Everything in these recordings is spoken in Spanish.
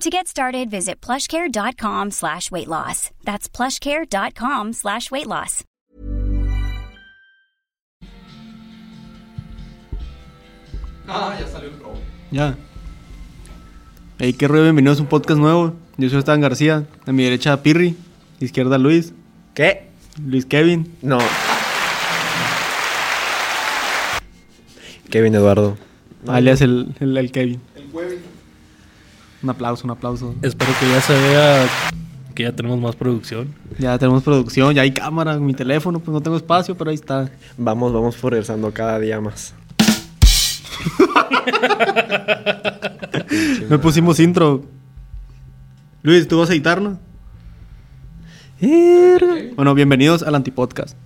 To get started, visit plushcare.com slash weight loss. That's plushcare.com slash weight loss. Ah, ya salió el pro. Ya. Hey, qué ruido, bienvenidos a un podcast nuevo. Yo soy Stan García, a mi derecha Pirri, izquierda Luis, ¿Qué? Luis Kevin. No. Kevin Eduardo. Alias el, el, el Kevin. El Kevin. Un aplauso, un aplauso. Espero que ya se vea que ya tenemos más producción. Ya tenemos producción, ya hay cámara, mi teléfono, pues no tengo espacio, pero ahí está. Vamos, vamos progresando cada día más. No pusimos intro. Luis, ¿tú vas a editarnos? Bueno, bienvenidos al Antipodcast.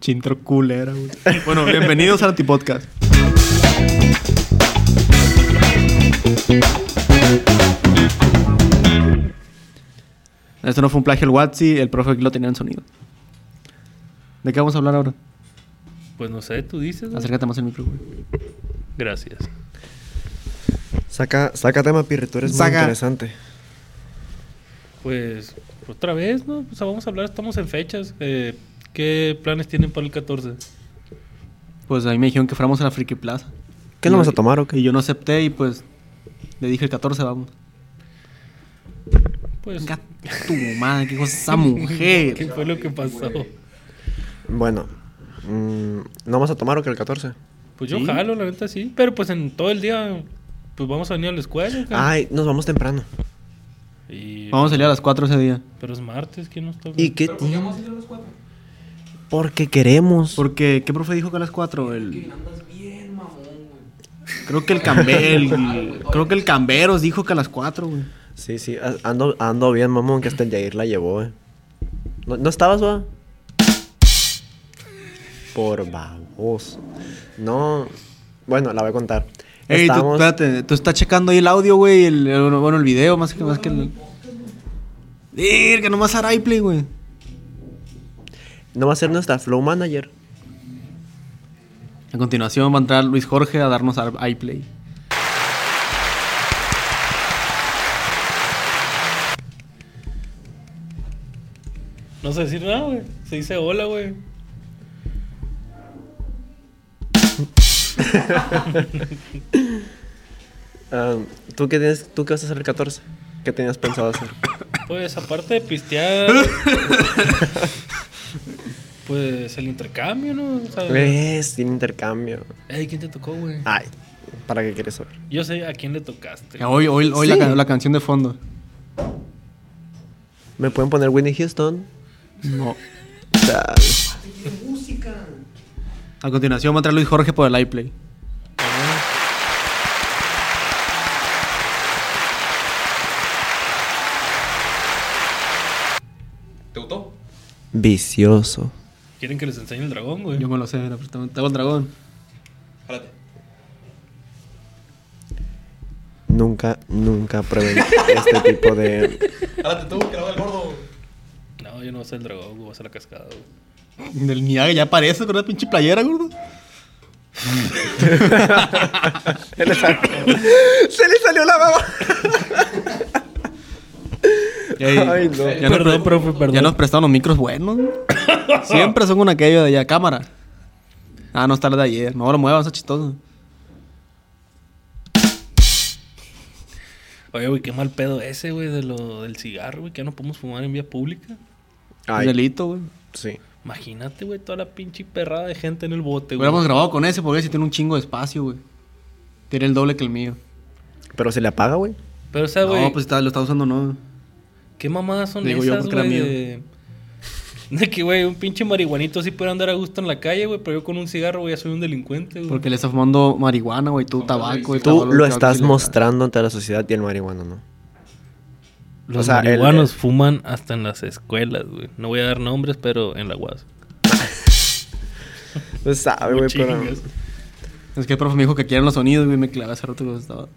Chintro culera, güey. Bueno, bienvenidos al Antipodcast. Esto no fue un plagio al Watsi, el profe aquí lo tenía en sonido. ¿De qué vamos a hablar ahora? Pues no sé, tú dices. güey? Acércate más al micro, güey. Gracias. Saca, saca tema, Pirri, tú eres muy Saca. interesante. Pues otra vez, ¿no? Pues vamos a hablar, estamos en fechas. eh, ¿Qué planes tienen para el 14? Pues ahí me dijeron que fuéramos a la Friki Plaza. ¿Qué lo vas a tomar o Y qué? yo no acepté y pues le dije el 14 vamos. Pues, Venga, tu madre, qué cosa esa ¿qué mujer. fue lo que pasó? Bueno, mm, ¿no vas a tomar o qué el 14? Pues yo Sí. jalo, la neta sí. Pero pues en todo el día, pues vamos a venir a la escuela. acá. Ay, nos vamos temprano. Y- Vamos a salir a las 4 ese día. Pero es martes, ¿quién nos toca? ¿Y qué Pero pues ya tiene? vamos a ir a las cuatro. Porque queremos. Porque, ¿qué profe dijo que a las 4? El, Andas bien, mamón, güey. creo que el Cambel, creo que el Camberos dijo que a las 4, güey. Sí, sí, a- ando, ando bien, mamón, que hasta el Jair la llevó, eh. ¿No, no estabas, va? Por babos. No. Bueno, la voy a contar. Ey, tú, Estábamos- espérate, tú estás checando ahí el audio, güey, el, el- bueno, el video, más que, más que el... Dir, que nomás hará iPlay, güey. No va a ser nuestra flow manager. A continuación va a entrar Luis Jorge a darnos ar- iPlay. No sé decir nada, güey. Se dice hola, güey. Ah, ¿tú, qué tienes, ¿Tú qué vas a hacer el 14? ¿Qué tenías pensado hacer? Pues aparte de pistear. pues el intercambio, ¿no? O sea, ¿Ves? Tiene intercambio. Ey, ¿quién te tocó, güey? Ay, ¿para qué quieres saber? Yo sé a quién le tocaste. Eh, Hoy, hoy, hoy la, can- la canción de fondo. ¿Me pueden poner Winnie Houston? No. Chale. A continuación va a entrar Luis Jorge por el iPlay. ¿Te gustó? Vicioso. Quieren que les enseñe el dragón, güey. Yo me lo sé, era, pero tengo tengo el dragón. Jálate. Nunca, nunca prueben este tipo de... Álate tú, que lo haga el gordo. No, yo no voy a ser el dragón, güey, voy a ser la cascada, güey. Del Niaga ya aparece con una pinche playera, gordo. Se le sal- ¡Se le salió la baba! Ey, Ay, no. ya nos Perdón, pre- profe, perdón. Ya nos prestaron los micros buenos. Siempre son con aquello de allá, cámara. Ah, no está la de ayer. No lo muevas, está chistoso. Oye, güey, qué mal pedo ese, güey, de lo del cigarro, güey, que ya no podemos fumar en vía pública. Es Ay, delito, güey. sí. Imagínate, güey, toda la pinche perrada de gente en el bote, güey. Hubiéramos grabado con ese porque ese tiene un chingo de espacio, güey. Tiene el doble que el mío. Pero se le apaga, güey. Pero, o sea, güey, No, pues está- lo está usando, no. ¿qué mamadas son Digo yo esas, porque era güey? mío. De... de que, güey, un pinche marihuanito sí puede andar a gusto en la calle, güey, pero yo con un cigarro, güey, ya soy un delincuente, güey. Porque le está fumando marihuana, güey. Tú tabaco. y Tú tabaco, lo tabaco estás ilegal. mostrando ante la sociedad y el marihuana no. Los o sea, el- marihuanos fuman hasta en las escuelas, güey. No voy a dar nombres, pero en la UAS. No sabe, güey, pero... Chingas. Es que el profe me dijo que aquí eran los sonidos, güey. Me clavé hace rato que los estaba.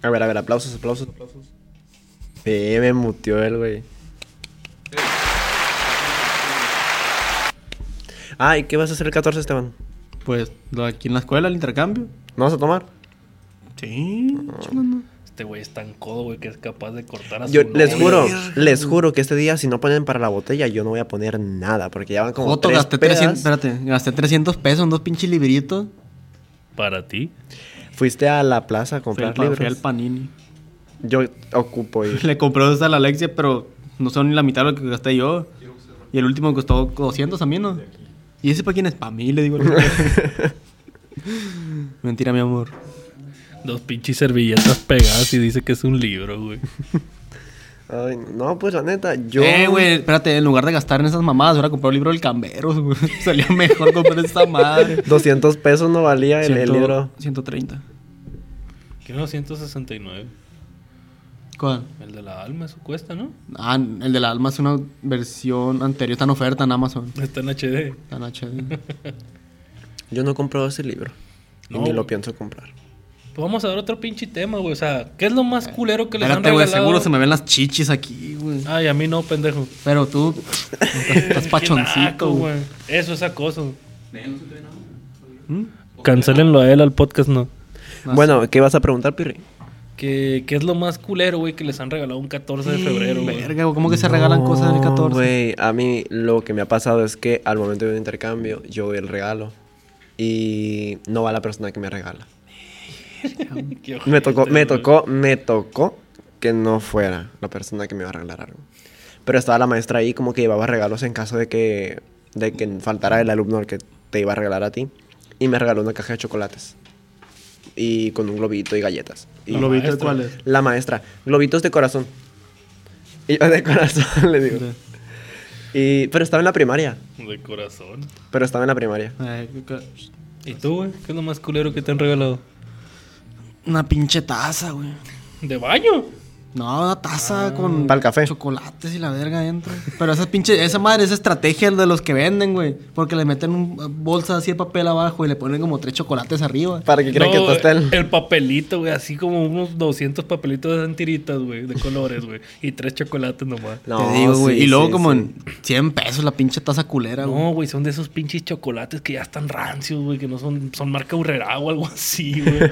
A ver, a ver, aplausos, aplausos, aplausos. Sí, me muteó él, güey. Ah, ¿y qué vas a hacer el 14, Esteban? Pues lo de aquí en la escuela, el intercambio. ¿No vas a tomar? Sí, chingando. Este güey es tan codo, güey, que es capaz de cortar a su Yo les novia. juro, les juro que este día si no ponen para la botella yo no voy a poner nada porque ya van como Joto, tres gasté pedas. 300, espérate, gasté 300 pesos en dos pinches libritos. Para ti. Fuiste a la plaza a Fui al, comprar pa- fui al libros. panini. Yo ocupo ir. Le compré dos a la Alexia, pero no son ni la mitad de lo que gasté yo. Y el último costó 200 también, ¿no? ¿Y ese para quién es? Para mí, le digo. Mentira, mi amor. Dos pinches servilletas pegadas y dice que es un libro, güey. Ay, no, pues la neta, yo... Eh, güey, espérate, en lugar de gastar en esas mamadas, hubiera comprado el libro del Camberos, güey. Salía mejor comprar esa madre. 200 pesos no valía el, el Ciento- libro. 130. Que no, 169. ¿Cuál? El de la alma, eso cuesta, ¿no? Ah, el de la alma es una versión anterior, está en oferta en Amazon. Está en HD. Está en HD. Yo no compro ese libro. No, y ni lo güey. pienso comprar. Pues vamos a ver otro pinche tema, güey. O sea, ¿qué es lo más culero que les Espérate, han güey, regalado? seguro se me ven las chichis aquí, güey. Ay, a mí no, pendejo. Pero tú estás Qué naco, pachoncito, güey. Eso es acoso. Ven, no se te ve nada. Cancelenlo ¿Mm? a él, al podcast no. Más- Bueno, ¿qué vas a preguntar, Pirri? ¿Qué, qué es lo más culero, güey, que les han regalado un 14 de febrero, güey? Verga, güey, ¿cómo que se regalan cosas en el No, 14? Güey, a mí lo que me ha pasado es que al momento de un intercambio yo doy el regalo y no va la persona que me regala. Qué ojete, Me tocó, me güey. tocó, me tocó que no fuera la persona que me iba a regalar algo. Pero estaba la maestra ahí como que llevaba regalos en caso de que, de que faltara el alumno al que te iba a regalar a ti. Y me regaló una caja de chocolates. Y con un globito y galletas. Y ¿Y lo viste maestra. cuál es? la maestra, globitos de corazón. Y yo de corazón le digo. Y, pero estaba en la primaria. De corazón. Pero estaba en la primaria. Ay, creo que- ¿Y tú, güey? ¿Qué es lo más culero que te han regalado? Una pinche taza, güey. ¿De baño? No, una taza con Pa'l café. chocolates y la verga adentro. Pero esa pinche, esa madre, esa estrategia de los que venden, güey. Porque le meten una bolsa así de papel abajo y le ponen como tres chocolates arriba. Para que crean No, que tú estás eh, en- El papelito, güey, así como unos 200 papelitos de tiritas, güey, de colores, güey. Y tres chocolates nomás. Te digo, güey. sí, y luego sí, como sí. en 100 pesos la pinche taza culera, güey. No, güey, son de esos pinches chocolates que ya están rancios, güey, que no son, son marca Urrera o algo así, güey.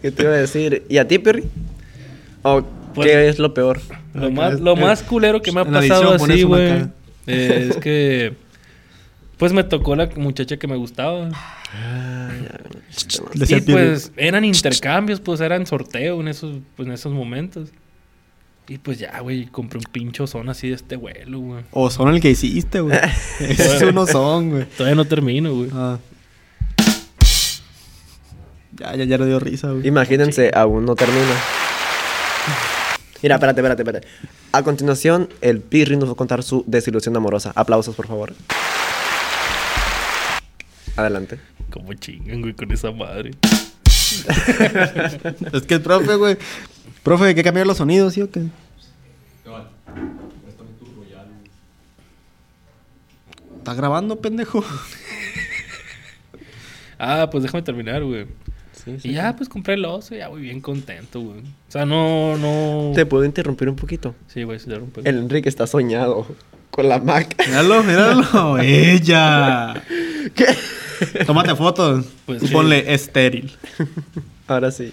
¿Qué te iba a decir? ¿Y a ti, Perry? ¿O Pues- qué es lo peor? lo más, lo más culero que me ha En la pasado edición pones así, una güey, acá. eh, es que, pues me tocó la muchacha que me gustaba. Decía y el Pirri. pues eran intercambios, pues eran sorteo en esos, pues, en esos momentos. Y pues ya, güey, compré un pincho son así de este vuelo, güey. O son el que hiciste, güey. Esos unos son, güey. Todavía no termino, güey. Ah. Ya, ya, ya le dio risa, güey. Imagínense, aún no termina. Mira, espérate, espérate, espérate. A continuación, el Pirri nos va a contar su desilusión amorosa. Aplausos, por favor. Adelante. Como chingan, güey, con esa madre. Es que el profe, güey. Profe, ¿hay que cambiar los sonidos, sí o qué? Qué mal. Préstame tu royal. ¿Está grabando, pendejo? Ah, pues déjame terminar, güey. Sí, Y ya, pues compré el oso, ya, güey, bien contento, güey. O sea, no, no. ¿Te puedo interrumpir un poquito? Sí, güey, se te rompe. El Enrique está soñado con la Mac. Míralo, míralo. Ella. ¿Qué? Tómate fotos. Pues y sí. ponle estéril. Ahora sí.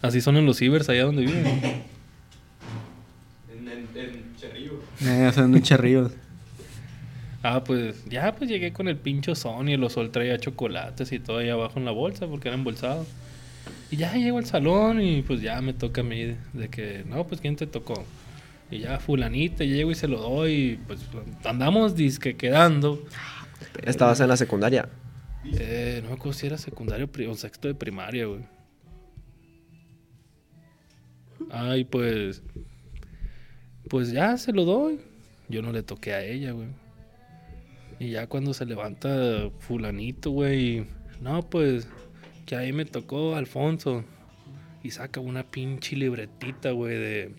Así son en los cibers allá donde viven. En, en, en Cherrillo. Eh, haciendo un charrillo. Ah, pues ya, pues llegué con el pincho Sony, lo sol traía chocolates y todo ahí abajo en la bolsa porque era embolsado. Y ya llego al salón y pues ya me toca a mí de, de que, no, pues ¿quién te tocó? Y ya fulanita, llego y se lo doy y pues andamos disque quedando. Estabas en la secundaria. Eh, no me acuerdo si era secundario pri- o sexto de primaria, güey. Ay, pues. Pues ya se lo doy. Yo no le toqué a ella, güey. Y ya cuando se levanta Fulanito, güey. y, No, pues. Que ahí me tocó Alfonso. Y saca una pinche libretita, güey, de.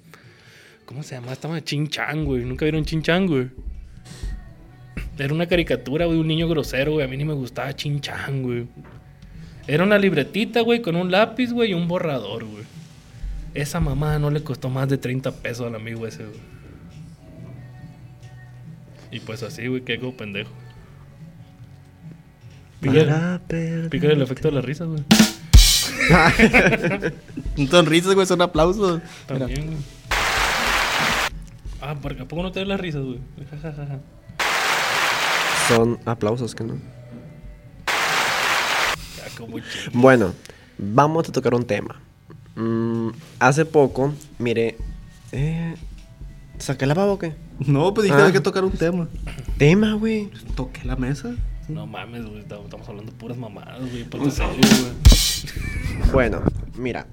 ¿Cómo se llama? Estaba Chinchán, güey. Nunca vieron Chinchán, güey. Era una caricatura, güey, un niño grosero, güey. A mí ni me gustaba Chinchán, güey. Era una libretita, güey, con un lápiz, güey, y un borrador, güey. Esa mamá no le costó más de 30 pesos al amigo ese, güey. Y pues así, güey, qué como pendejo. Pícale, Para perder- pícale el efecto de la risa, güey. Un ton risas, güey, son aplausos. Mira. También, güey. Ah, porque ¿a poco no te ves las risas, güey? Ja, ja, ja, ja. Son aplausos que no. Ya, como ching. Bueno, vamos a tocar un tema. Mm, hace poco, mire. Eh, ¿Saqué la pavo o qué? No, pues dijiste Ah. hay que tocar un tema. Tema, güey. Toqué la mesa. No mames, güey, estamos estamos hablando puras mamadas, güey. Ponte serio, güey. Bueno, mira.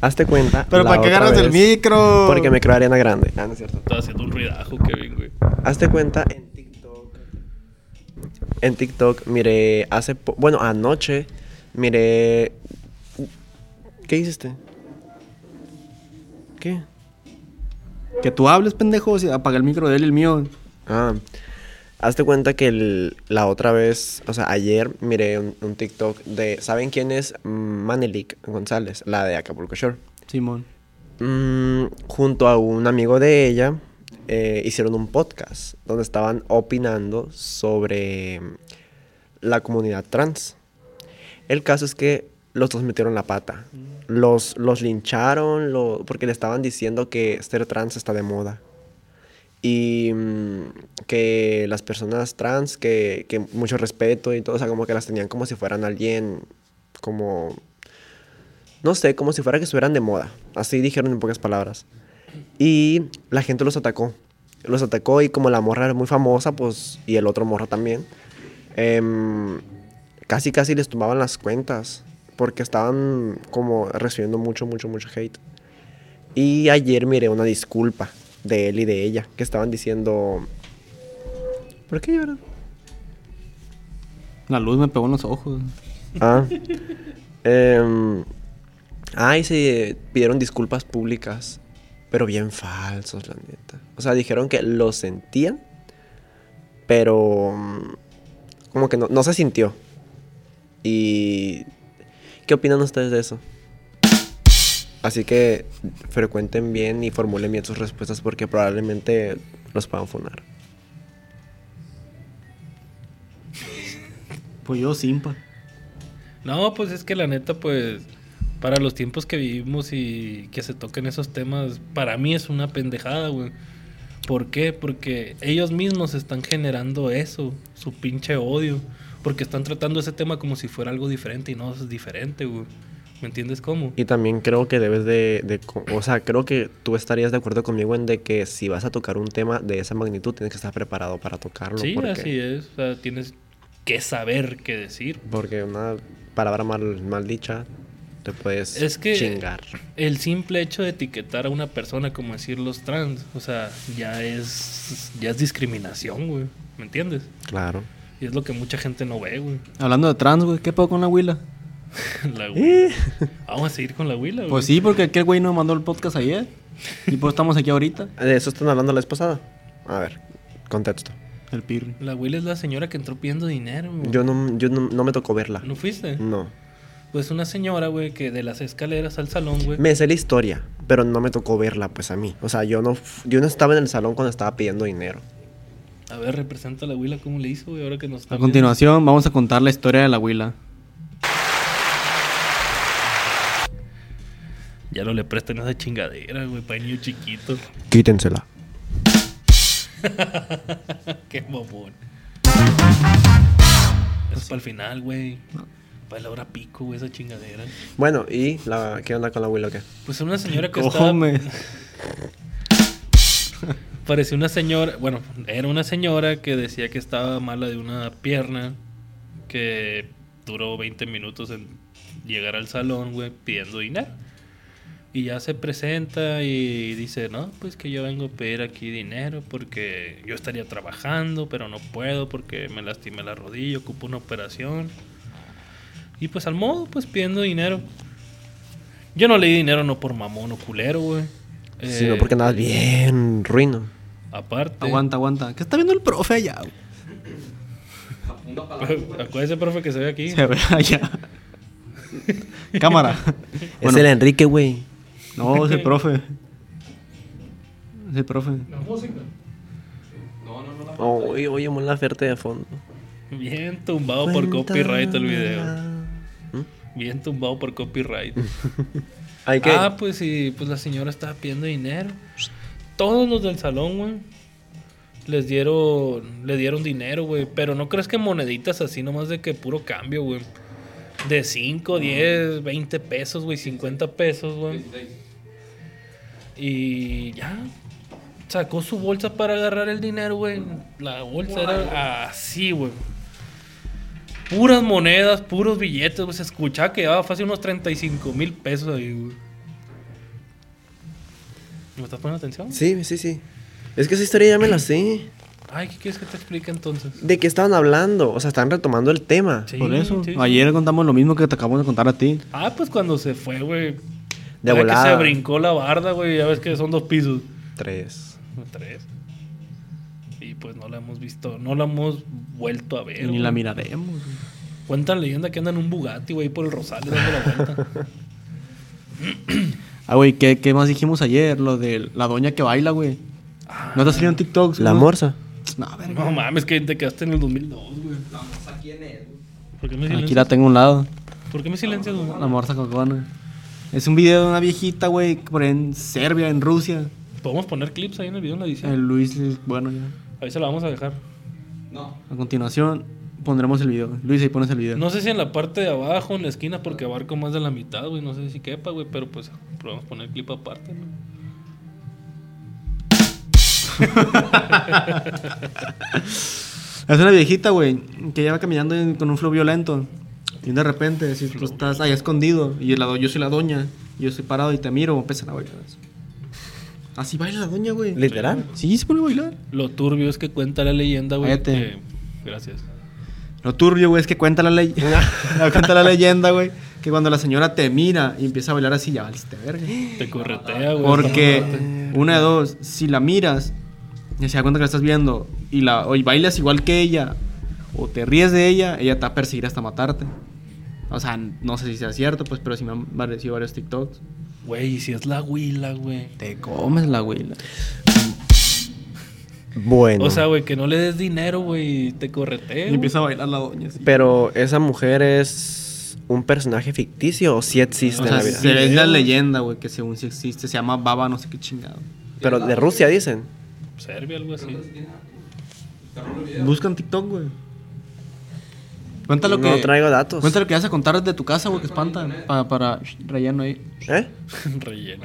Hazte cuenta. Pero la ¿para qué otra agarras el vez- micro? Porque me creo Ariana Grande. Ah, no es cierto. Estaba haciendo un ruidajo, Kevin, güey. Hazte cuenta en TikTok. En TikTok, miré hace po- bueno, anoche miré ¿Qué hiciste? ¿Qué? Que tú hables, pendejo. si Apaga el micro de él y el mío. Ah. Hazte cuenta que el- la otra vez, o sea, ayer miré un, un TikTok de ¿Saben quién es Mm, Manelik González, la de Acapulco Shore? Simón. Mm, junto a un amigo de ella, eh, hicieron un podcast donde estaban opinando sobre mm, la comunidad trans. El caso es que los dos metieron la pata. Los, los lincharon lo- porque le estaban diciendo que ser trans está de moda. Y mm, que las personas trans, que, que mucho respeto y todo, o sea, como que las tenían como si fueran alguien, como no sé, como si fuera que estuvieran de moda. Así dijeron en pocas palabras. Y la gente los atacó. Los atacó y como la morra era muy famosa, pues, y el otro morro también, em, casi casi les tomaban las cuentas porque estaban como recibiendo mucho, mucho, mucho hate. Y ayer miré una disculpa de él y de ella, que estaban diciendo... ¿Por qué lloran? La luz me pegó en los ojos. Ah. Em, ay, se pidieron disculpas públicas, pero bien falsos, la neta. O sea, dijeron que lo sentían, pero mm, como que no, no se sintió. ¿Y qué opinan ustedes de eso? Así que frecuenten bien y formulen bien sus respuestas porque probablemente los puedan funar. Pues yo simpa. No, pues es que la neta, pues, para los tiempos que vivimos y que se toquen esos temas, para mí es una pendejada, güey. ¿Por qué? Porque ellos mismos están generando eso, su pinche odio. Porque están tratando ese tema como si fuera algo diferente y no es diferente, güey. ¿Me entiendes cómo? Y también creo que debes de, de co- O sea, creo que tú estarías de acuerdo conmigo en de que si vas a tocar un tema de esa magnitud, tienes que estar preparado para tocarlo. Sí, porque, así es. O sea, tienes que saber qué decir. Porque una palabra mal, mal dicha te puedes Es que- chingar. El simple hecho de etiquetar a una persona como decir los trans, o sea, ya es, ya es discriminación, güey. ¿Me entiendes? Claro. Y es lo que mucha gente no ve, güey. Hablando de trans, güey. ¿Qué pedo con la huila? La huila. Vamos a seguir con la huila, güey. Eh. Pues sí, porque aquel güey nos mandó el podcast ayer. Y pues estamos aquí ahorita. De eso están hablando la vez pasada. A ver, contexto. El pirri. La Will es la señora que entró pidiendo dinero, güey. Yo no, yo no, no me tocó verla. ¿No fuiste? Mm. No. Pues una señora, güey, que de las escaleras al salón, güey. Me sé la historia, pero no me tocó verla, pues a mí. O sea, yo no, f- yo no estaba en el salón cuando estaba pidiendo dinero. A ver, representa a la Willa cómo le hizo, güey, ahora que nos está A continuación vamos a contar la historia de la huila. viendo. Ya no le presten esa chingadera, güey, pa' niño chiquito. Quítensela. Qué bobón. Eso es para el final, güey. Para la hora pico, güey, esa chingadera. Bueno, ¿y la, qué onda con la Willow? ¿Qué? Pues una señora que estaba... Come. Parecía una señora, bueno, era una señora que decía que estaba mala de una pierna, que duró 20 minutos en llegar al salón, güey, pidiendo dinero. Y ya se presenta y dice, no, pues que yo vengo a pedir aquí dinero porque yo estaría trabajando, pero no puedo porque me lastimé la rodilla, ocupo una operación. Y pues al modo, pues pidiendo dinero. Yo no le di dinero no por mamón o culero, güey. Sino Eh, porque andas bien ruino. Aparte. Aguanta, aguanta. ¿Qué está viendo el profe allá? güey? Apunta para la boca. Acuérdese, profe, que se ve aquí. Se ve allá. Cámara. Es Bueno, el Enrique, güey. No, es el profe. Es el profe. No, no, no. La... Oye, oye, Mon Laferte de fondo. Bien tumbado por copyright el video. Bien tumbado por copyright. Hay que... Ah, pues sí, pues la señora estaba pidiendo dinero. Todos los del salón, güey. Les dieron, le dieron dinero, güey. Pero no crees que moneditas así nomás de que puro cambio, güey. De 5, 10, 20 pesos, güey, 50 pesos, güey. Y ya. Sacó su bolsa para agarrar el dinero, güey. La bolsa era así, güey. Puras monedas, puros billetes, güey. Se escuchaba que llevaba fácil unos 35 mil pesos ahí, güey. ¿Me estás poniendo atención? Sí, sí, sí. Es que esa historia ya me la sé. Ay, ¿qué quieres que te explique entonces? ¿De qué estaban hablando? O sea, están retomando el tema. Sí, Por eso. sí, sí. Ayer contamos lo mismo que te acabamos de contar a ti. Ah, pues cuando se fue, güey. De Ya que volada. se brincó la barda, güey. Ya ves que son dos pisos. Tres. Tres. Y pues no la hemos visto, no la hemos vuelto a ver. Ni güey. la miraremos. güey. Cuentan leyenda que andan en un Bugatti, güey, por el Rosales dando la vuelta. Ah, güey, ¿qué, ¿qué más dijimos ayer? Lo de la doña que baila, güey. ¿No te ha salido en TikToks? La no? morsa. No, a ver, no mames, que te quedaste en el 2002, güey. ¿Por qué me silencias? Aquí la tengo a un lado. ¿Por qué me silencias, güey? La morsa cocona. Es un video de una viejita, güey, por ahí en Serbia, en Rusia. Podemos poner clips ahí en el video en la edición. El Luis, bueno, ya. Ahí se la vamos a dejar. No. A continuación pondremos el video. Luis, ahí pones el video. No sé si en la parte de abajo, en la esquina, porque abarco más de la mitad, güey. No sé si quepa, güey, pero pues podemos poner clip aparte, ¿no? Es una viejita, güey, que ya va caminando en- con un flow violento. Y de repente, si tú estás ahí escondido, y la do- yo soy la doña, y yo estoy parado y te miro, empiezan a bailar. así. Así baila la doña, güey. Literal. Sí, se pone a bailar. Lo turbio es que cuenta la leyenda, güey. Cállate. que- Gracias. Lo turbio, güey, es que cuenta la, ley cuenta la leyenda, güey, que cuando la señora te mira y empieza a bailar así, ya valiste verga. Te corretea, güey. Porque una de dos, si la miras y se da cuenta que la estás viendo y la o y bailas igual que ella o te ríes de ella, ella te va a perseguir hasta matarte. O sea, no sé si sea cierto, pues, pero sí me han parecido varios TikToks. Güey, y si es la huila, güey. Te comes la güila. Bueno. O sea, güey, que no le des dinero, güey, y te corretea. Y empieza a bailar la doña. así. Pero esa mujer es un personaje ficticio o sí existe O en sea, la vida. se ve la leyenda, güey, que según si existe, se llama Baba, no sé qué chingado. Pero de Rusia dicen. Serbia, algo así. Buscan TikTok, güey. Cuenta lo No que. traigo datos. Cuenta lo que vas a contar desde tu casa, güey, que espanta. Para, para relleno ahí. ¿Eh? Relleno.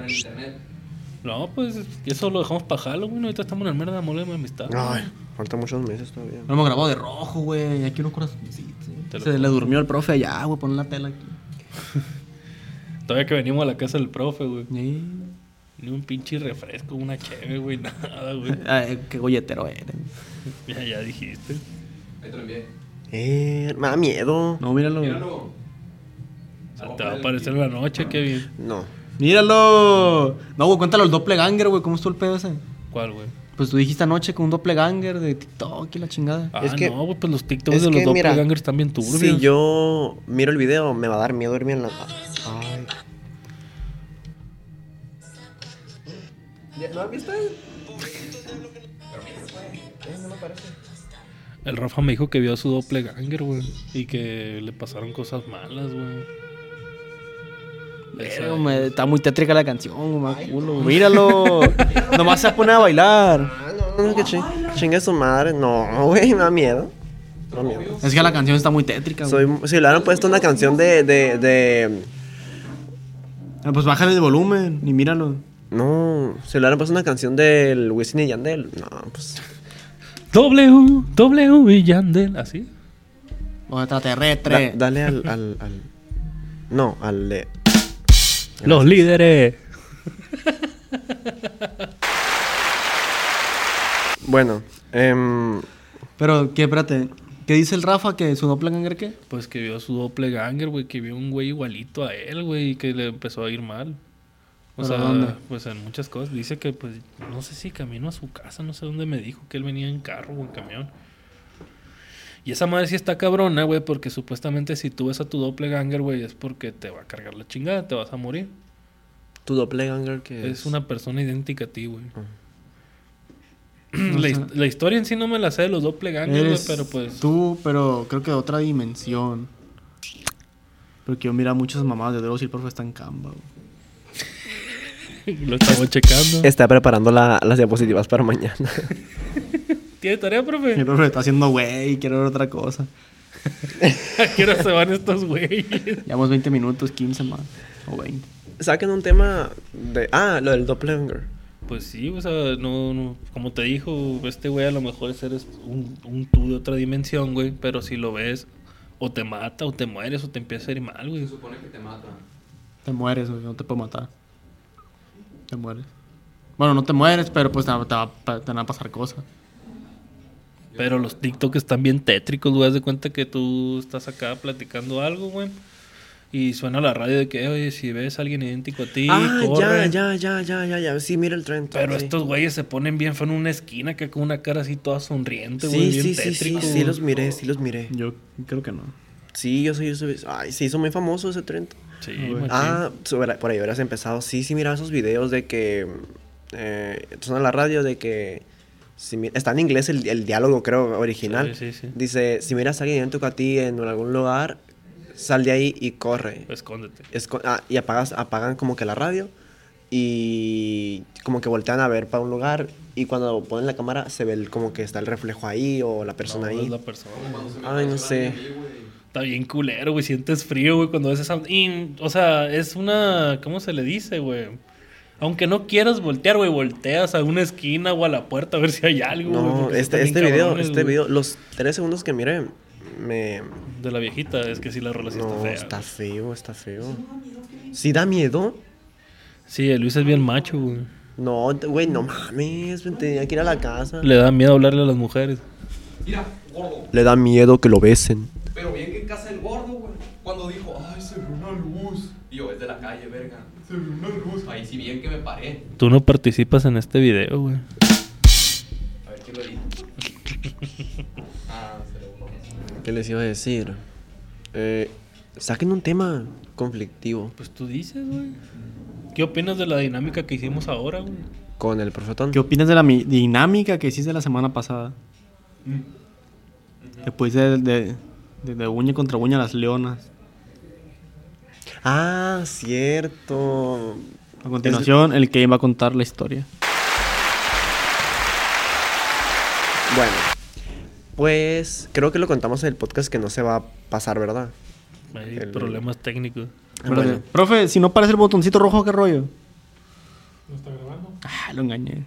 No, pues eso lo dejamos para Halloween. Ahorita estamos en el mero de amor de amistad. Ay, faltan muchos meses todavía. Lo hemos grabado de rojo, güey. Aquí unos corazoncitos. Te lo Se le durmió el profe allá, güey. Pon la tela aquí. Todavía que venimos a la casa del profe, güey. Sí. Ni un pinche refresco, una cheve, güey, nada, güey. Ay, qué golletero eres. Ya, ya dijiste. Ahí te lo envié. Eh, me da miedo. No, míralo. güey. Míralo. Ah, Te va a aparecer en la noche, qué bien. No. Míralo. No, güey, cuéntalo al doppelganger, güey. ¿Cómo estuvo el pedo ese? ¿Cuál, güey? Pues tú dijiste anoche con un doppelganger de TikTok y la chingada. Ah, Es que- no, güey, pues los TikToks es de los que, mira, doppelgangers están bien turbios. Si yo miro el video, me va a dar miedo dormir en la. Ay. ¿No has visto? El Rafa me dijo que vio a su doppelganger, güey. Y que le pasaron cosas malas, güey. Verga, me- está muy tétrica la canción, más culo. Míralo. Nomás se pone a bailar. Ah, no, no, no, que ching- chingue su madre. No, güey, me da miedo. Me da miedo. Es que la canción está muy tétrica, güey. Soy, si le hubieran puesto una canción de, de, de. Ah, Pues bájale el volumen y míralo. No, si le hubieran puesto una canción del Wisin y Yandel. No, pues. W, W y Yandel, así. O da- extraterrestre. dale al, al, al. No, al de. Los líderes. Bueno, em, Pero, ¿qué? Espérate. ¿Qué dice el Rafa que su doppelganger qué? Pues que vio a su doppelganger, güey, que vio un güey igualito a él, güey, y que le empezó a ir mal. O ¿Pero sea, dónde? pues en muchas cosas. Dice que, pues, no sé si camino a su casa, no sé dónde me dijo que él venía en carro o en camión. Y esa madre sí está cabrona, güey, porque supuestamente si tú ves a tu doppelganger, güey, es porque te va a cargar la chingada, te vas a morir. tu doppelganger que Es una persona idéntica a ti, güey. La, his- la historia en sí no me la sé de los doppelgangers, güey, Eres pero pues... Tú, pero creo que de otra dimensión. Porque yo mira muchas mamadas de Dross y el profe está en Canva, güey. Lo estamos checando. Está preparando la- las diapositivas para mañana. ¿Tiene tarea, profe? El profe está haciendo güey, quiero ver otra cosa. ¿A qué hora se van estos güeyes? Llevamos 20 minutos, 15 más. O 20. Saquen un tema de. Ah, lo del doppelganger. Pues sí, o sea, no, no, como te dijo, este güey a lo mejor es eres un, un tú de otra dimensión, güey, pero si lo ves, o te mata, o te mueres, o te empieza a ir mal, güey. Se supone que te mata. Te mueres, güey, no te puedo matar. Te mueres. Bueno, no te mueres, pero pues te, va- te va- te van a pasar cosas. Pero los TikTok están bien tétricos, güey, haz de cuenta que tú estás acá platicando algo, güey. Y suena la radio de que, oye, si ves a alguien idéntico a ti, ah, ya, corre". ya, ya, ya, ya, ya. Sí, mira el trend. Pero sí. estos güeyes se ponen bien feo en una esquina, que con una cara así toda sonriente, güey, Sí, bien sí, sí, sí, tétrico. sí, güey. los miré, sí los miré. Yo creo que no. Sí, yo soy, yo soy- Ay, se hizo muy famoso ese trend. Sí, Güey. machín. Ah, sobre- por ahí hubieras empezado. Sí, sí, mira esos videos de que. Eh, suena la radio de que. si mi- está en inglés el, el diálogo, creo, original. Sí, sí, sí. Dice: Si miras a alguien idéntico a ti en algún lugar, sal de ahí y corre. Escóndete. Esco- ah, y apagas, apagan como que la radio y como que voltean a ver para un lugar y cuando ponen la cámara se ve el- como que está el reflejo ahí o la persona No, ahí. es la persona. Ay, no sé. Está bien culero, güey. Sientes frío, güey, cuando ves esa... y, o sea, es una... ¿Cómo se le dice, güey? Aunque no quieras voltear, güey, volteas a una esquina o a la puerta a ver si hay algo, güey, No, porque sí este, están este bien video, cabrones, este güey. video, los tres segundos que miré, me... De la viejita, es que sí, la relación No, está está fea. feo, está feo. ¿Sí da miedo? Sí, el Luis es bien macho, güey. No, te- güey, no mames, me tenía que ir a la casa. Le da miedo hablarle a las mujeres. Mira, gordo. Le da miedo que lo besen. Pero bien que en casa el gordo, güey. Cuando dijo, ay, se ve una luz. Y yo, es de la calle, verga. Se ve una luz. Ahí sí bien que me paré. Tú no participas en este video, güey. A ver quién lo dijo. ah, se lo borró. ¿Qué les iba a decir? Eh, saquen un tema conflictivo Pues tú dices, güey. ¿Qué opinas de la dinámica que hicimos ahora, güey? con el profetón. ¿Qué opinas de la mi- dinámica que hiciste la semana pasada? Después de, de, de- de uña contra uña las leonas. Ah, cierto. A continuación, el que va a contar la historia. Bueno, pues creo que lo contamos en el podcast que no se va a pasar, ¿verdad? Hay El- problemas técnicos. Espérate. Profe, si no aparece el botoncito rojo, ¿qué rollo? ¿No está grabando? Ah, lo engañé.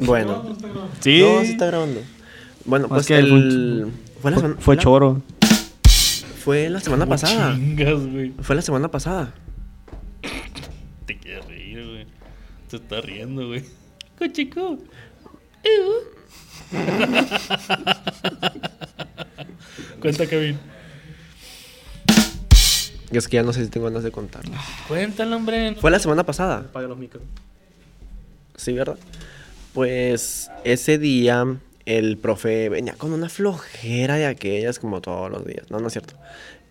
Bueno, Sí. no se está grabando. Bueno, Más pues que el fue la Fue, semana fue la- choro. Fue la semana pasada. Chingas, güey. Fue la semana pasada. Te quieres reír, güey. Te está riendo, güey. Cochico. Uh. Cuenta, Kevin. Y es que ya no sé si tengo ganas de contarlo. Cuéntalo, hombre. Fue la semana pasada. Apaga los micros. Sí, ¿verdad? Pues ese día el profe venía con una flojera de aquellas como todos los días. No, no es cierto.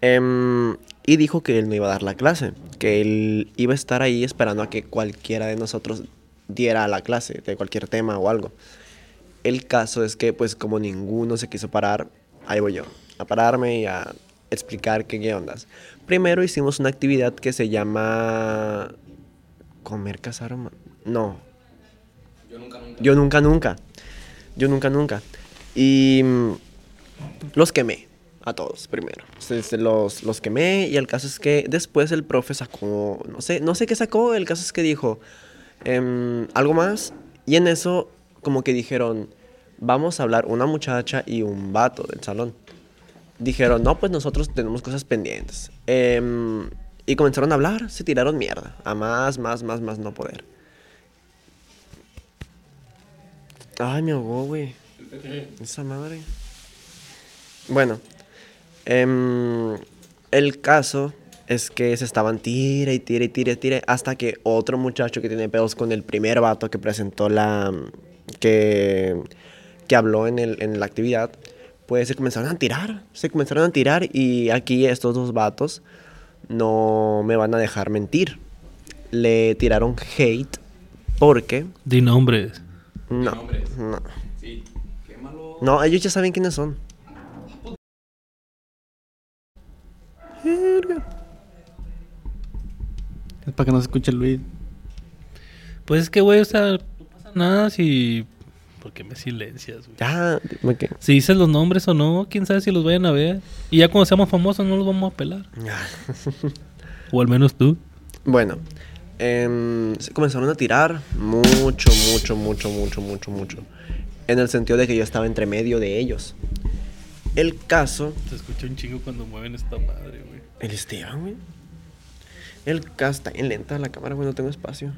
Em, y dijo que él no iba a dar la clase, que él iba a estar ahí esperando a que cualquiera de nosotros diera la clase de cualquier tema o algo. El caso es que pues como ninguno se quiso parar, ahí voy yo, a pararme y a explicar qué, qué ondas. Primero hicimos una actividad que se llama comer, cazar o ma- No, Yo nunca, nunca. yo nunca, nunca. Yo nunca, nunca. Y mm, los quemé a todos primero. Se- se Este, Los, los quemé y el caso es que después el profe sacó, no sé, no sé qué sacó, el caso es que dijo em, algo más y en eso como que dijeron, vamos a hablar una muchacha y un vato del salón dijeron, no, pues nosotros tenemos cosas pendientes. Em, y comenzaron a hablar, se tiraron mierda. A más, más, más, más no poder. Ay, me ahogó, güey. Esa madre. Bueno, em, el caso es que se estaban tira y tira y tira y tira hasta que otro muchacho que tiene pedos con el primer vato que presentó la... mm, que, que habló en, el- en la actividad, pues se comenzaron a tirar, se comenzaron a tirar y aquí estos dos vatos no me van a dejar mentir. Le tiraron hate porque... Di nombres. No, nombres. no, Sí. Quémalo. no, ellos ya saben quiénes son. Es para que no se escuche Luis. Pues es que, güey, o sea, no pasa nada si. ¿Por qué me silencias, güey? Ya, ok. Si dices los nombres o no, quién sabe si los vayan a ver. Y ya cuando seamos famosos no los vamos a pelar. O al menos tú. Bueno, em, se comenzaron a tirar mucho, mucho, mucho, mucho, mucho, mucho. En el sentido de que yo estaba entre medio de ellos. El caso. Se escucha un chingo cuando mueven esta madre, güey. El Esteban, güey. El caso está en lenta la cámara, güey, no tengo espacio.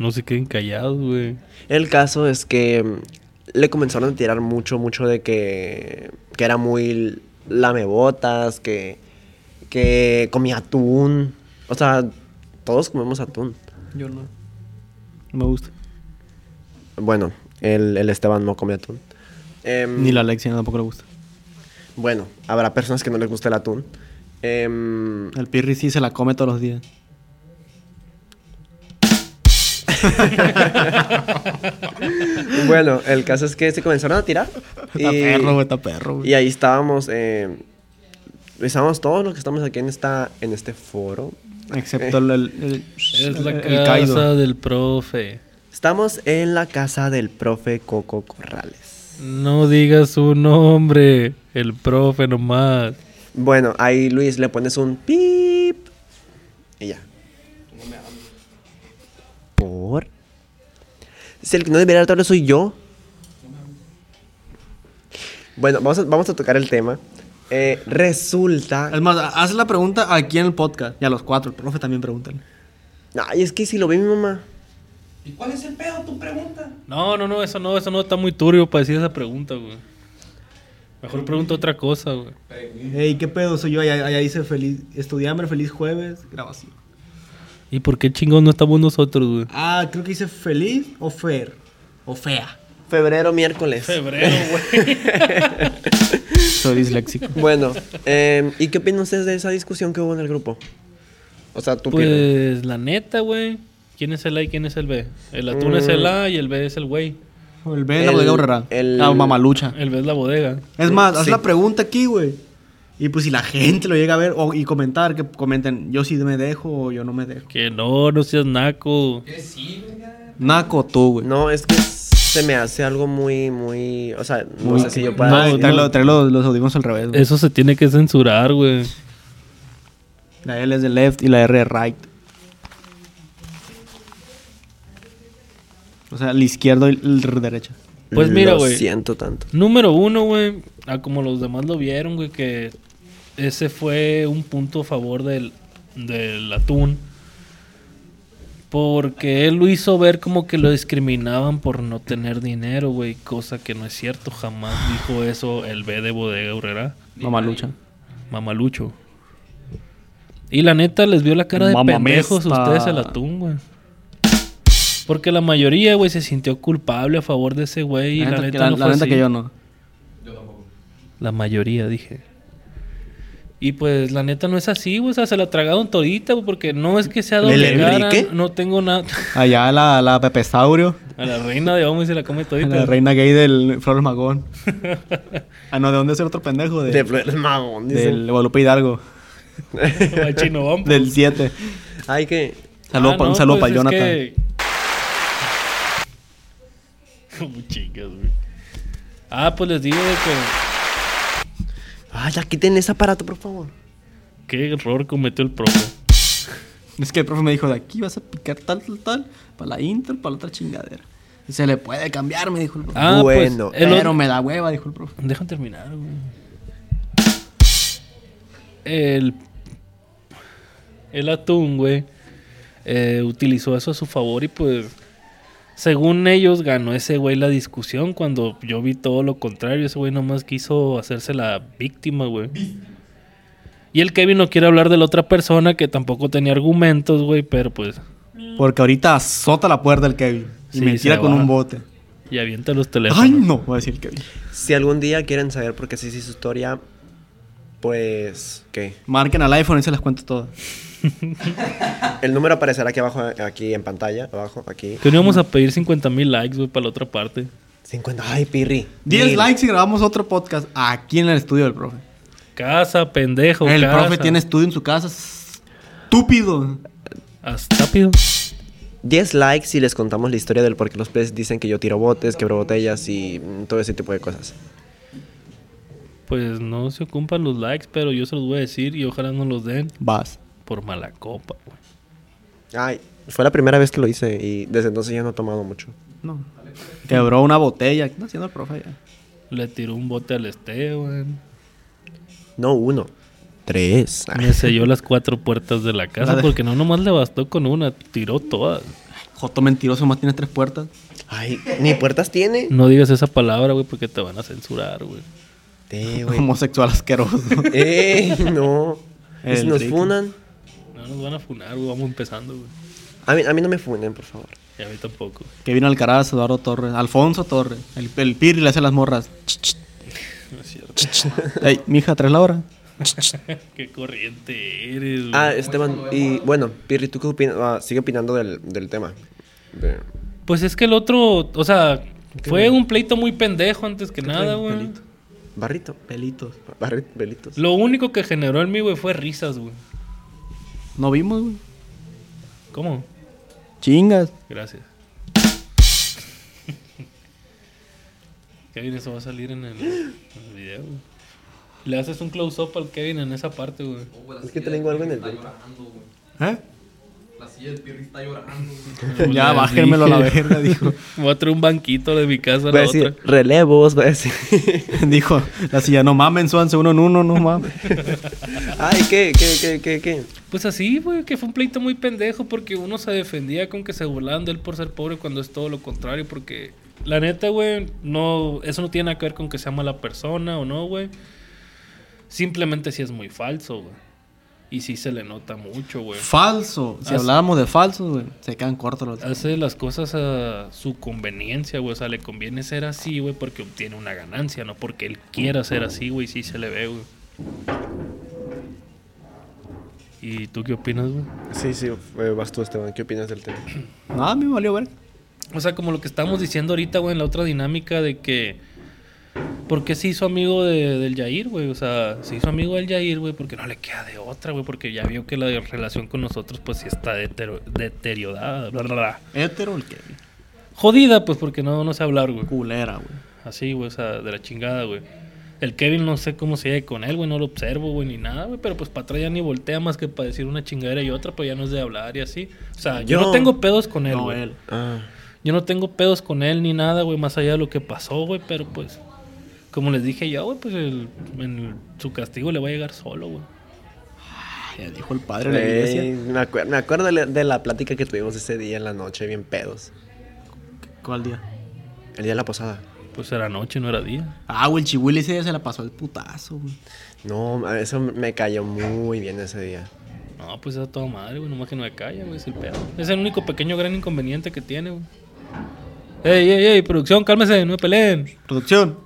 No se queden callados, güey. El caso es que mm, le comenzaron a tirar mucho, mucho de que, que era muy lamebotas, que, que comía atún. O sea, todos comemos atún. Yo no. No me gusta. Bueno, el, el Esteban no come atún. Em, Ni la Alexia tampoco le gusta. Bueno, habrá personas que no les gusta el atún. Em, El Pirri sí se la come todos los días. bueno, el caso es que se comenzaron a tirar. y, Está perro, güey, está perro, güey. y ahí estábamos. em, estábamos todos los que estamos aquí en, esta, en este foro. Excepto el, el, el, Es el- la el casa Kaido. del profe. Estamos en la casa del profe Coco Corrales. No digas su nombre. El profe nomás. Bueno, ahí Luis le pones un pip. Y ya. ¿Por? Si el que no debería hablar soy yo. Bueno, vamos a, vamos a tocar el tema. Eh, resulta. Es más, haz la pregunta aquí en el podcast. Y a los cuatro, el profe también pregúntale. Ay, es que si lo ve mi mamá. ¿Y cuál es el pedo? Tu pregunta. No, no, no, eso no, eso no está muy turbio para decir esa pregunta, güey. Mejor pregunta otra cosa, güey. Ey, ¿qué pedo? Soy yo. Allá, allá dice feliz estudiambre, feliz jueves, grabación. ¿Y por qué chingón no estamos nosotros, güey? Ah, creo que dice feliz o fer. O fea. Febrero, miércoles. Febrero, güey. Soy disléxico. Bueno, em, ¿y qué opinan ustedes de esa discusión que hubo en el grupo? O sea, tú Pierre. Pues la neta, güey. ¿Quién es el A y quién es el B? El atún es el A y el B es el güey. El B es El- la bodega horrera. el- La mamalucha. El B es la bodega. Es más, haz Sí. la pregunta aquí, güey. Y pues si la gente lo llega a ver o- y comentar, que comenten, yo sí me dejo o yo no me dejo. Que no, no seas naco. Que sí, verga. Naco tú, güey. No, es que se me hace algo muy, muy. O sea, no Muy- sé si yo no, pueda. decir- trae lo- trae los, los audífonos al revés, güey. Eso se tiene que censurar, güey. La L es de left y la R de right. O sea, el izquierdo y el r- derecha. Pues mira, Lo güey. siento tanto. Número uno, güey. A como los demás lo vieron, güey, que ese fue un punto a favor del, del atún. Porque él lo hizo ver como que lo discriminaban por no tener dinero, güey. Cosa que no es cierto. Jamás dijo eso el B de Bodega Herrera. Mamalucha. Mamalucho. Y la neta les vio la cara de Mamamesta. pendejos ustedes a la atún, güey. Porque la mayoría, güey, se sintió culpable a favor de ese güey. Y la, neta, que, la- no la fue neta así. que yo no. Yo tampoco. La mayoría, dije. Y pues la neta no es así, güey. O sea, se la tragaron todita, güey, porque no es que sea ¿El doble cara. Enrique? No tengo nada. Allá la, la Pepe Saurio, A la reina de homo y se la come todita. la reina gay del Flores Magón. ah, no, ¿de dónde es el otro pendejo? De- De Flores Magón, dice. del Guadalupe Hidalgo, Al chino bombo. del 7. Ay, que. Saludo Ah, pa- no, un saludo pues, para es Jonathan. que- Como chicas, güey. Ah, pues les digo de que. Ay, ya quiten ese aparato, por favor. Qué error cometió el profe. Es que el profe me dijo, de aquí vas a picar tal, tal, tal, para la Inter, para la otra chingadera. Y se le puede cambiar, me dijo el profe. Ah, Bueno, pues, el Pero otro- me da hueva, dijo el profe. Déjame terminar, güey. El. El atún, güey. eh, utilizó eso a su favor y pues. Según ellos, ganó ese güey la discusión cuando yo vi todo lo contrario. Ese güey nomás quiso hacerse la víctima, güey. Y el Kevin no quiere hablar de la otra persona que tampoco tenía argumentos, güey, pero pues. Porque ahorita azota la puerta el Kevin. Y Sí, me tira se con va. un bote. Y avienta los teléfonos. Ay, no, va a decir el Kevin. Si algún día quieren saber por qué se hizo su historia, pues. ¿Qué? Marquen al iPhone y se las cuento todas. El número aparecerá aquí abajo, aquí en pantalla, abajo, aquí. Que no íbamos a pedir 50 mil likes, güey, para la otra parte. 50. Ay, Pirri. 10 Mil. likes y grabamos otro podcast aquí en el estudio del profe. Casa, pendejo. El casa. profe tiene estudio en su casa. Estúpido. Hasta pido. 10 likes y les contamos la historia del por qué los peces dicen que yo tiro botes, quebro botellas y mm, todo ese tipo de cosas. Pues no se ocupan los likes, pero yo se los voy a decir y ojalá no los den Vas. por mala copa, güey. Ay, fue la primera vez que lo hice y desde entonces ya no he tomado mucho. No. Quebró una botella. ¿Qué está haciendo el profe allá? Le tiró un bote al este, Esteban. No uno, tres. Ah, Me selló las cuatro puertas de la casa La de- porque no nomás le bastó con una, tiró todas. Joto mentiroso, más tienes tres puertas. Ay, ni puertas tiene. No digas esa palabra, güey, porque te van a censurar, güey. Eh, güey. Homosexual asqueroso. Eh, no. ¿Y si El nos Ricky. funan? No nos van a funar, güey, vamos empezando, güey. A mí, a mí no me funen, por favor. Y a mí tampoco. Kevin Alcaraz, Eduardo Torres, Alfonso Torres, el, el Pirri le hace las morras. Ch, ch. Ey, mija, ¿traes la hora? Qué corriente eres, güey. Ah, Esteban, y bueno, Pirri, ¿tú qué opinas? Ah, sigue opinando del, del tema. De- Pues es que el otro, o sea, fue un pleito muy pendejo antes que nada, güey. Pelito. Barrito. Pelitos. Barrito, Belitos. Lo único que generó en mí, güey, fue risas, güey. No vimos, güey. ¿Cómo? Chingas. Gracias. Kevin, eso va a salir en el, en el video, güey. Le haces un close-up al Kevin en esa parte, güey. Es que tengo algo en el Está dedo. llorando, güey. ¿Eh? La silla del Pirri está llorando, güey. Ya, Le bájenmelo a la dije. verga, dijo. Voy a traer un banquito de mi casa a Voy a la decir, otra. relevos, voy a decir. Dijo, la silla, no mamen, súbanse uno en uno, no mamen. Ay, ¿qué, qué, qué, qué, qué? Pues así, güey, que fue un pleito muy pendejo porque uno se defendía con que se burlaban de él por ser pobre cuando es todo lo contrario, porque la neta, güey, no, eso no tiene nada que ver con que sea mala persona o no, güey. Simplemente sí es muy falso, güey. Y sí se le nota mucho, güey. Falso. Si Así. hablábamos de falsos, güey, se quedan cortos los. Hace las cosas a su conveniencia, güey. O sea, le conviene ser así, güey, porque obtiene una ganancia, no porque él quiera ser así, güey. Sí se le ve, güey. ¿Y tú qué opinas, güey? Sí, sí, eh, vas tú, Esteban. ¿Qué opinas del tema? Nada, me valió ver. O sea, como lo que estábamos diciendo ahorita, güey, en la otra dinámica de que. ¿Por qué se hizo amigo de- del Yair, güey? O sea, se hizo amigo del Yair, güey, porque no le queda de otra, güey, porque ya vio que la relación con nosotros, pues sí está detero- deteriorada, bla, bla, bla. Hétero el Kevin. Jodida, pues porque no, no sé hablar, güey. Culera, güey. Así, güey, o sea, de la chingada, güey. El Kevin no sé cómo se lleve con él, güey, no lo observo, güey, ni nada, güey, pero pues para atrás ya ni voltea más que para decir una chingadera y otra, pues ya no es de hablar y así. O sea, yo, Yo- no tengo pedos con él, No, güey. él. Ah, Yo no tengo pedos con él ni nada, güey, más allá de lo que pasó, güey, pero pues, como les dije yo, güey, pues el, en su castigo le va a llegar solo, güey. Ya dijo el padre de la iglesia. me, acuer- me acuerdo de la- de la plática que tuvimos ese día en la noche, bien pedos. ¿Cuál día? El día de la posada. Pues era noche, no era día. Ah, güey, el chihuile ese día se la pasó al putazo, güey. No, ma- eso me cayó muy bien ese día. No, pues está toda madre, güey. Nomás que no me calla, güey. Es el pedo. Es el único pequeño gran inconveniente que tiene, güey. Ey, ey, ey, producción, cálmese, no me peleen. Producción.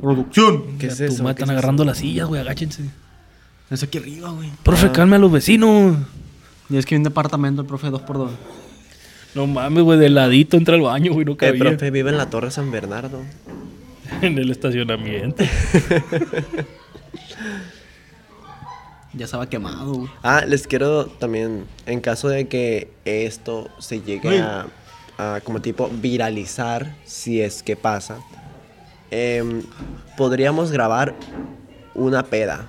Producción. ¿Qué Ya, es tu eso? madre, están ¿Qué es eso? agarrando las sillas, güey, agáchense. Es aquí arriba, güey. Ah. Profe, calme a los vecinos. Y es que hay un departamento, el profe, dos por dos. No mames, güey, de ladito entra al baño, güey, no El cabía. profe vive en la Torre San Bernardo. En el estacionamiento. Ya estaba quemado, güey. Ah, les quiero también, en caso de que esto se llegue a, a como tipo viralizar, si es que pasa, em, podríamos grabar una peda.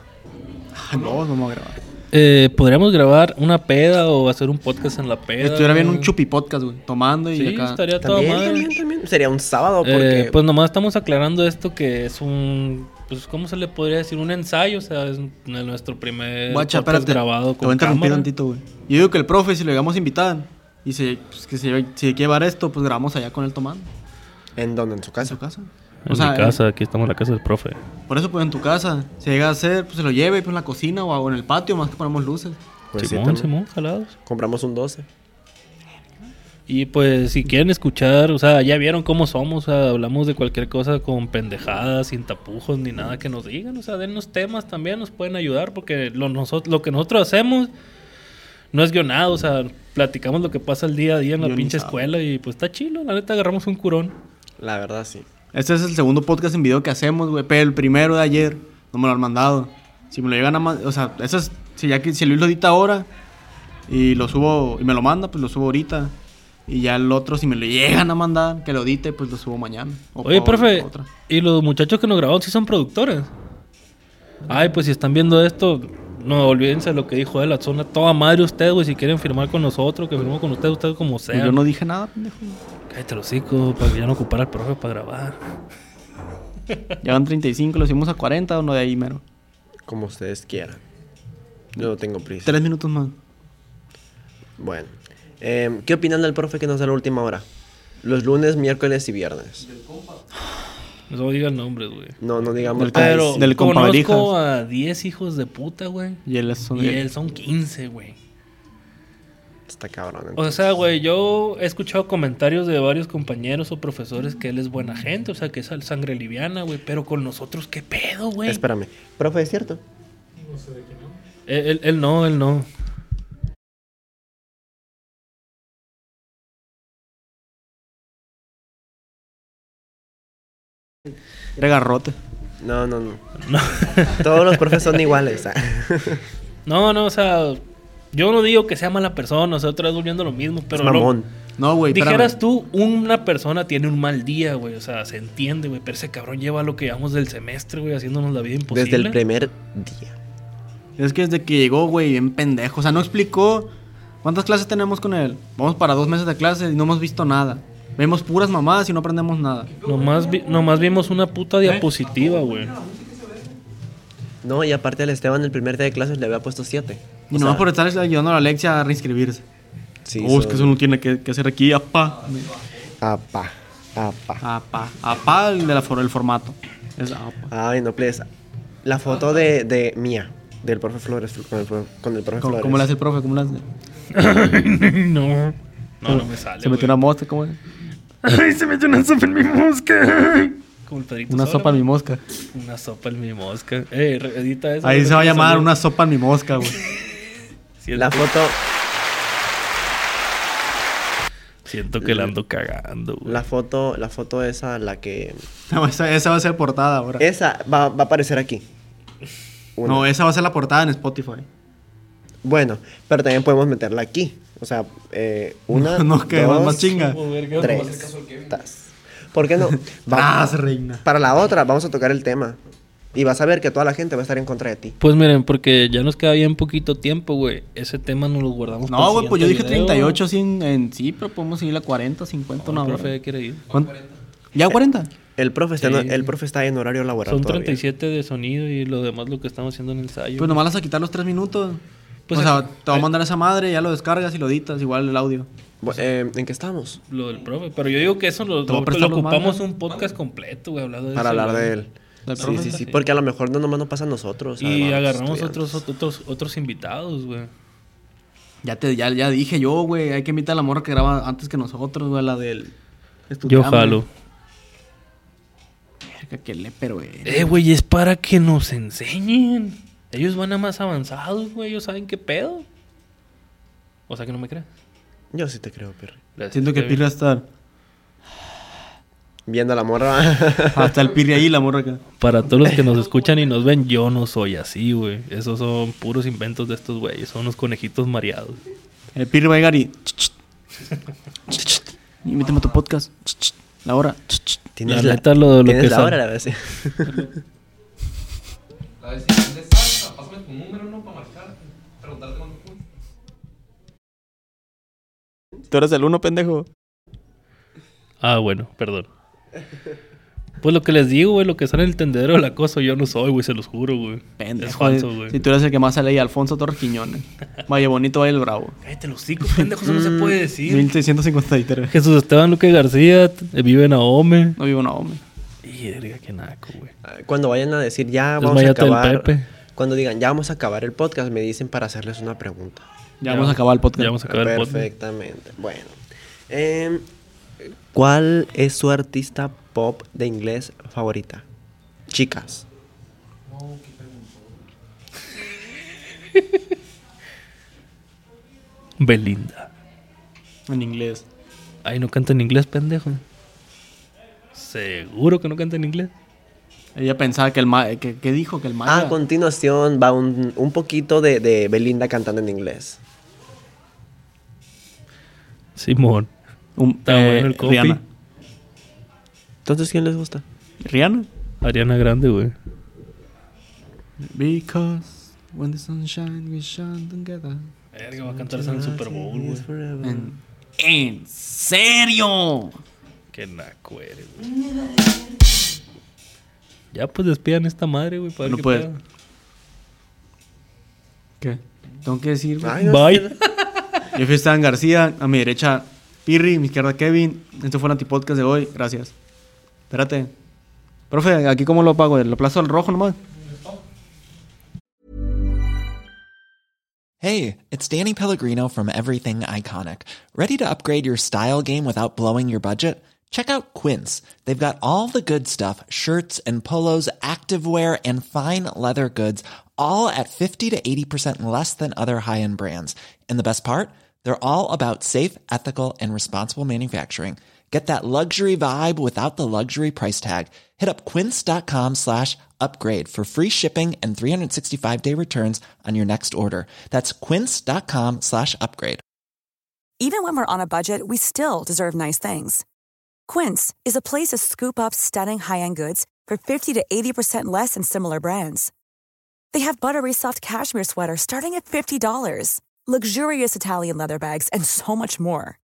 Ah, no, no vamos a grabar. Eh, Podríamos grabar una peda o hacer un podcast en la peda. Estuviera bien güey. un chupi podcast, güey. Tomando y Sí, acá. estaría toda También, madre. también, también. Sería un sábado porque... Eh, pues nomás estamos aclarando esto que es un. Pues, ¿cómo se le podría decir? Un ensayo, o sea, es un- nuestro primer Guacha, podcast espérate. grabado Te voy a con interrumpir cámara. tantito, güey. Yo digo que el profe, si lo llegamos a invitar y se, pues, que se, lleve- si quiere llevar esto, pues grabamos allá con él tomando. ¿En dónde? ¿En su En casa? su casa. En mi casa, aquí estamos en la casa del profe. eh, Por eso, pues en tu casa. Si llega a hacer, pues se lo lleve pues, en la cocina o, o en el patio, más que ponemos luces. Pues sí, Simón, también. Simón, jalados. Compramos un 12. Y pues, si quieren escuchar, o sea, ya vieron cómo somos, o sea, hablamos de cualquier cosa con pendejadas, sin tapujos, ni nada que nos digan, o sea, dennos temas también, nos pueden ayudar, porque lo, nosot- lo que nosotros hacemos no es guionado, o sea, platicamos lo que pasa el día a día en la pinche Guionizado. escuela y pues está chilo, la neta agarramos un curón. La verdad, sí. Este es el segundo podcast en video que hacemos, güey. Pero el primero de ayer no me lo han mandado. Si me lo llegan a mandar, o sea, eso es, si, ya, que- si Luis lo edita ahora y lo subo y me lo manda, pues lo subo ahorita. Y ya el otro, si me lo llegan a mandar, que lo edite, pues lo subo mañana. O Oye, pa- profe, otra. ¿y los muchachos que nos grabaron sí son productores? Ay, pues si están viendo esto, no olvídense de lo que dijo de la zona. Toda madre ustedes, güey, si quieren firmar con nosotros, que firmemos con ustedes, ustedes como Pues sean. yo no dije nada, pendejo. Cállate el hocico, para que ya no ocupara al profe para grabar. Ya van 35, lo subimos a 40 o no de ahí mero. Como ustedes quieran. Yo no tengo prisa. Tres minutos más. Bueno. Em, ¿Qué opinan del profe que nos da la última hora? Los lunes, miércoles y viernes. No digan nombres, güey. No, no digamos... Del Pero- Ay, sí. del conozco compadrijas. a 10 hijos de puta, güey. Y él es son- Y él son 15, güey. Está cabrón. O sea, güey, yo he escuchado comentarios de varios compañeros o profesores que él es buena gente, o sea, que es al- sangre liviana, güey. Pero con nosotros, ¿qué pedo, güey? Espérame. Profe, ¿es cierto? Él, él- él no, él no. Era garrote. No, no, no. Todos los profes son iguales. ah. No, no, o sea, yo no digo que sea mala persona, o sea, otra vez volviendo a lo mismo, pero... es lo- mamón. No, güey, espérame. Dijeras tú, una persona tiene un mal día, güey. O sea, se entiende, güey. Pero ese cabrón lleva lo que llevamos del semestre, güey, haciéndonos la vida imposible. Desde el primer día. Es que desde que llegó, güey, bien pendejo. O sea, no explicó cuántas clases tenemos con él. Vamos para dos meses de clases y no hemos visto nada. Vemos puras mamadas y no aprendemos nada. Nomás, vi- nomás vimos una puta diapositiva, güey. No, y aparte al Esteban el primer día de clases le había puesto 7. Y nomás por estar ayudando a la Alexia a reinscribirse. Sí, oh, es son- que eso no tiene que, que hacer aquí, apá. Apa, apa. Apá, apá el, de la for- el formato. Es apa. Ay, no, please. La foto de, de mía, del profe Flores, con el, pro- con el profe ¿Cómo, Flores. cómo le hace el profe? ¿Cómo le hace? no. No, no me sale. Se metió una mosca, ¿cómo es? Ay, se metió una sopa en mi mosca. Como el Pedrito Una Sola, sopa en mi güey. mosca. Una sopa en mi mosca. Ey, re- edita eso. Ahí güey, se va a porque llamar salió- una sopa en mi mosca, güey. Siento, La foto, siento que la ando cagando, güey. la foto, la foto esa, la que... No, esa, esa va a ser portada ahora. Esa va, va a aparecer aquí. Una. No, esa va a ser la portada en Spotify. Bueno, pero también podemos meterla aquí. O sea, eh, una, No, que va dos, más chinga. Como verga, nomás tres. Tas. ¿Por qué no? Va- Vas, reina. Para la otra, vamos a tocar el tema. Y vas a ver que toda la gente va a estar en contra de ti. Pues miren, porque ya nos queda bien poquito tiempo, güey. Ese tema nos lo guardamos. para No, el güey, pues yo dije siguiente video. 38 sin, en sí, pero podemos seguir a 40, 50, No, una hora. profe, quiere ir. ¿Cuánto? Eh. ¿Ya 40? El profe está, Sí. en, el profe está en horario laboral Son todavía. 37 de sonido y lo demás lo que estamos haciendo en el ensayo. Pues nomás las a quitar los 3 minutos. Pues o sea, aquí- te voy a mandar esa madre, ya lo descargas y lo editas, igual el audio. Bu- eh, ¿En qué estamos? Lo del profe. Pero yo digo que eso lo, Te voy a lo- prestar lo los ocupamos mangas. un podcast completo, güey, hablando de Para eso, hablar güey. de él. Del Sí, profe. sí, sí. Porque a lo mejor no nomás no pasa a nosotros. Y además, agarramos estudiantes. otros, otros, otros invitados, güey. Ya te ya, ya dije yo, güey, hay que invitar a la morra que graba antes que nosotros, güey, la del Yo Estudiamos. jalo. Verga, qué lepero, güey. Eh, güey, es para que nos enseñen. Ellos van a más avanzados, güey. Ellos saben qué pedo. O sea que no me creas. Yo sí te creo, Perry. Gracias, Siento que el Kevin. pirri va a estar Viendo a la morra. hasta Ah, el pirri ahí la morra acá. Para todos los que nos escuchan y nos ven, yo no soy así, güey. Esos son puros inventos de estos güeyes. Son unos conejitos mareados. El pirri va a llegar y invítame a tu podcast. La hora. La neta, lo- lo tienes que la son. hora, la verdad, sí. A ver, si vendes salsa, pásame tu número, ¿no? Para marcarte. Preguntarte cuánto cuesta. Tú eres el uno, pendejo. Ah, bueno, perdón. Pues lo que les digo, güey, lo que sale en el tendedero del acoso, yo no soy, güey, se los juro, güey. Pendejo. Es falso, eh. güey. Si tú eres el que más sale ahí, Alfonso Torres Quiñones. Valle Bonito, Valle el Bravo. Cállate los hocico, pendejo, eso no Mm, se puede decir. 1653. Jesús Esteban Luque García, t- vive en Ahome. No vivo no, hombre. Y verga, qué naco, güey. Ah, Cuando vayan a decir ya Es vamos a Mayate del acabar. Pepe. Cuando digan ya vamos a acabar el podcast, me dicen para hacerles una pregunta. Ya, vamos a acabar el podcast. Ya vamos a acabar el podcast. Perfectamente. Bueno. Em, ¿Cuál es su artista pop de inglés favorita? Chicas. Belinda. En inglés. Ay, no canta en inglés, pendejo. Seguro que no canta en inglés. Ella pensaba que el ma que, que dijo que el Ah, maya. a continuación va un, un poquito de, de Belinda cantando en inglés. Simón. Un- Está eh, bueno el copy. Rihanna. Entonces, ¿quién les gusta? Rihanna. Ariana Grande, güey. Because when the sun shines, we shine together. Verga, va a cantar en Super Bowl, güey. En, en serio. Qué naco eres, güey. Ya pues despidan esta madre, güey, para ver No qué puede. pedo. ¿Qué? Tengo que decir. güey? Ay, no Bye. Yo fui Esteban García, a mi derecha Pirri, a mi izquierda Kevin. Esto fue el antipodcast de hoy, gracias. Espérate. Profe, ¿aquí cómo lo apago? ¿Lo aplazo al rojo nomás? Hey, it's Danny Pellegrino from Everything Iconic. Ready to upgrade your style game without blowing your budget? Check out Quince. They've got all the good stuff shirts and polos, activewear, and fine leather goods, all at 50 to 80% less than other high end brands. And the best part? They're all about safe, ethical, and responsible manufacturing. Get that luxury vibe without the luxury price tag. Hit up quince.com slash upgrade for free shipping and 365-day returns on your next order. That's quince.com slash upgrade. Even when we're on a budget, we still deserve nice things. Quince is a place to scoop up stunning high-end goods for 50 to 80% less than similar brands. They have buttery soft cashmere sweaters starting at $50, luxurious Italian leather bags, and so much more.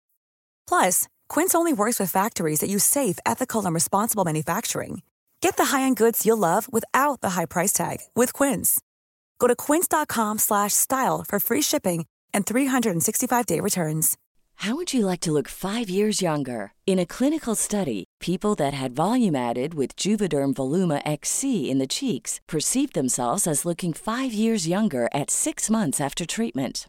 Plus, Quince only works with factories that use safe, ethical, and responsible manufacturing. Get the high-end goods you'll love without the high price tag with Quince. Go to quince.com/style slash style for free shipping and 365-day returns. How would you like to look five years younger? In a clinical study, people that had volume added with Juvederm Voluma XC in the cheeks perceived themselves as looking five years younger at six months after treatment.